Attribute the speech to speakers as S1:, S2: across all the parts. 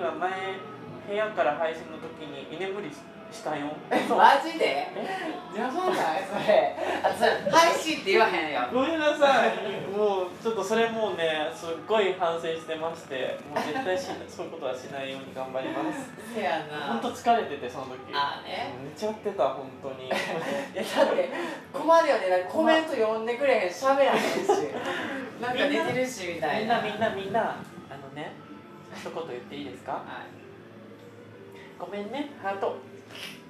S1: は前部屋から配信の時に居眠りしたよ
S2: え
S1: そう
S2: マジで
S1: え
S2: やばないそれあそれ配信って言わへんよ
S1: ごめんなさいもうちょっとそれもうねすっごい反省してましてもう絶対しそういうことはしないように頑張ります
S2: せや
S1: 本
S2: な
S1: 当疲れててその時
S2: あーね
S1: うん寝ちゃってた本当に
S2: いやだって困るよねだってコメント読んでくれへん喋らへんしなんか寝てるしみた
S1: み
S2: い
S1: ん
S2: な
S1: なみんなみんなあのね一言言っていいですか
S2: はい
S1: ごめんねハート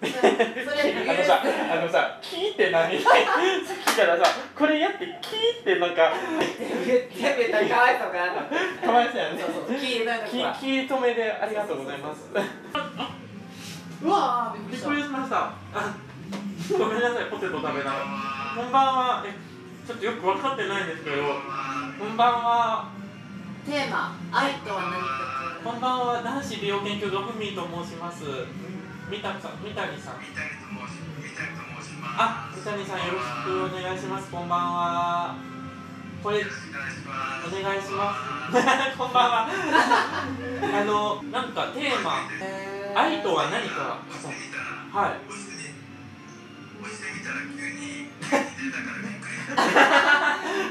S2: それそ
S1: あ
S2: れ
S1: のさ、あのさ、キーって 何さっきからさ、これやってキーってなんか、
S2: 言ってみたらかわいそうかなと
S1: かわいそうやね。
S2: そうそう聞いてない
S1: キ
S2: 時
S1: ー、
S2: は
S1: キー止めでありがとうございます。
S2: うわーび
S1: び
S2: っ
S1: っ
S2: く
S1: く
S2: り
S1: り
S2: し
S1: しました。あごめんなさい、ポテト食べながら。こんばんは、え、ちょっとよく分かってないんですけど、こんばんは、
S2: たテーマ愛とは何
S1: こ
S2: か
S1: んばんは、男子美容研究家ふみと申します。三谷さん、三谷さん。あ、三谷さんよろしくお願いします。こんばんは。これ、 お願いします。こんばんは。 あの、なんかテーマ、
S2: えー
S1: 愛とは何か。はい。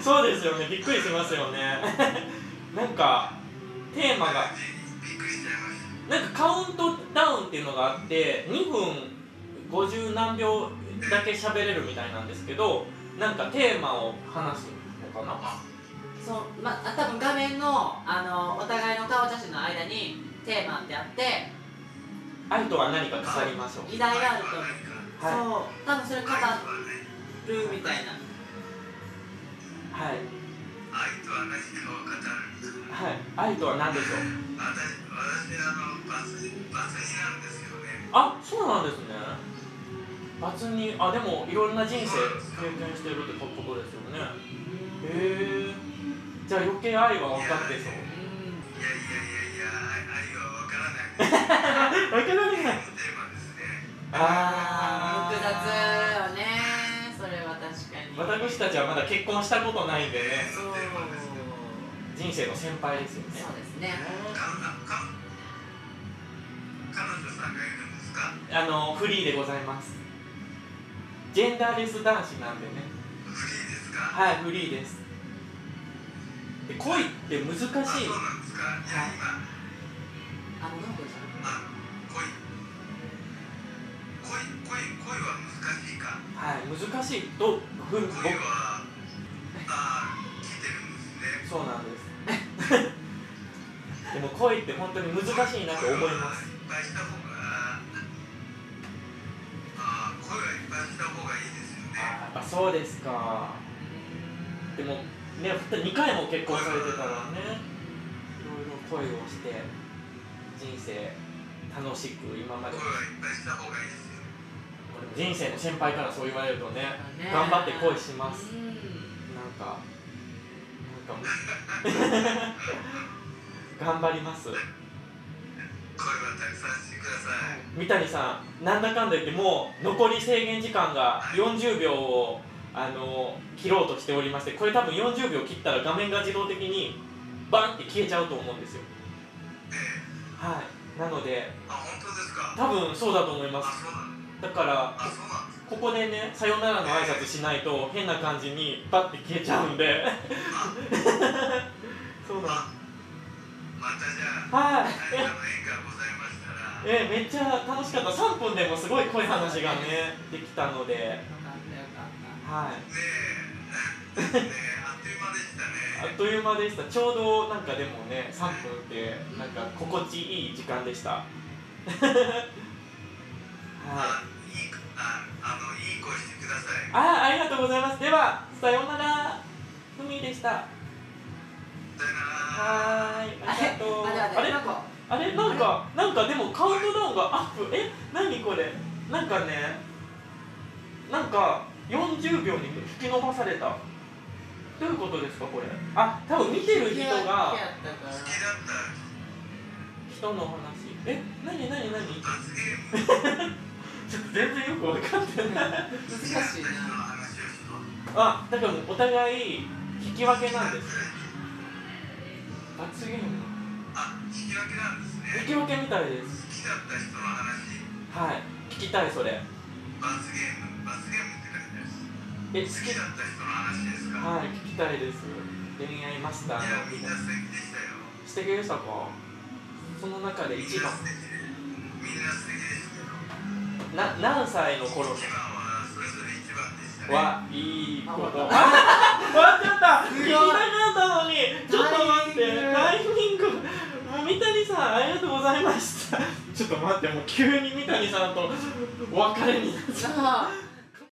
S1: そうですよね、びっくりしますよね。 なんか、テーマが。なんかカウントダウンっていうのがあって、2分50何秒だけ喋れるみたいなんですけど、なんかテーマを話すのかな。
S2: そうまあ多分画面のあのお互いの顔写真の間にテーマってあって
S1: 愛とは何か語りましょう。
S2: 議題があると思う、
S1: はい
S2: そう多分それ語るみたいな
S1: はい。はい。愛とは何でしょう。あ、そうなんですね。罰に、あ、でもいろんな人生経験してるってことですよね。へえ。じゃあ余計愛は分かってそう。
S2: う
S1: 分からない。
S2: ん
S1: あ
S2: 複
S1: あ。
S2: 雑よねそれは確かに
S1: 私たちはまだ結婚したことないんでね。
S2: そう
S1: 人生の先輩ですよね。
S2: そうですね
S1: あのフリーでございます。ジェンダーレス男子なんでね。はい、フリーです。で恋って難しい。
S2: あのなんかじゃん
S1: はい、難しいとふ僕そうなんです。 でも恋って本当に難しいなと思います。
S3: いっぱいした方があー声はいっぱいした方がいいですよね
S1: ああ、そうですか。でもね、2回も結婚されてたらね、いろいろ恋をして人生楽しく今まで
S3: 声はいっぱいした方がいいですよ
S1: 人生の先輩からそう言われるとね
S2: ね
S1: 頑張って恋します
S2: うん
S1: なんかなんか 頑張ります
S3: 声はたくさんしてください
S1: 三谷さんなんだかんだ言ってもう残り制限時間が40秒をあの切ろうとしておりましてこれ多分40秒切ったら画面が自動的にバンって消えちゃうと思うんですよはいなので
S3: あ本当ですか
S1: 多分そうだと思いま
S3: あ
S1: す
S3: そうなの
S1: だから
S3: あそうなんです
S1: ここでねさよならの挨拶しないと変な感じにバッて消えちゃうんでそうなん
S3: あまたじゃあ
S1: はい
S3: 何かの縁がございましたら
S1: えめっちゃ楽しかった3分でもすごい濃い話がねできたので
S2: よかったよかっ
S1: はい
S3: ねえねえあっという間でした
S1: あ
S3: ね
S1: っという間でしたちょうどなんかでもね3分ってなんか心地いい時間でした はい
S3: あいいああのいい声してください
S1: あありがとうございますではさようならふみでした
S3: さよなら
S1: はーい
S2: た
S1: ありがとう
S2: あれなんか
S1: あれなんかなんかでもカウントダウンがアップえ何これなんかねなんか40秒に引き伸ばされたどういうことですかこれあ多分見てる人
S2: 好きや
S1: が
S2: ったから
S3: 好きだった
S1: 人の話え何何何
S3: 罰ゲーム
S1: ちょっと全然よく分かってない
S2: 難 しいな
S3: の話をしよう
S1: あだからもうお互い引き分けなんです罰ゲーム
S3: あ引き分けなんですね
S1: 雪ロケみたいで
S3: 好
S1: す
S3: きだった人の話
S1: はい聞きたいそれ
S3: 罰ゲーム罰ゲームって書いてあ
S1: え好
S3: る好
S1: き
S3: きだった人の話ですか、
S1: はい聞きたいです恋愛マスター
S3: い、やみん
S1: の
S3: な素敵でしたよ
S1: 素敵でしたかその中で
S3: みんな
S1: 一
S3: 素敵で
S1: 番
S3: みんな素敵ですけど
S1: な何歳の頃
S3: 一番はそれぞれ一番でしたね
S1: はいいことあ終わっちゃった聞きたかったのにちょっと待ってタ
S2: タ
S1: イミングもう三谷さんありがとうございましたちょっと待ってもう急に三谷さんとお別れになっちゃう
S2: なあ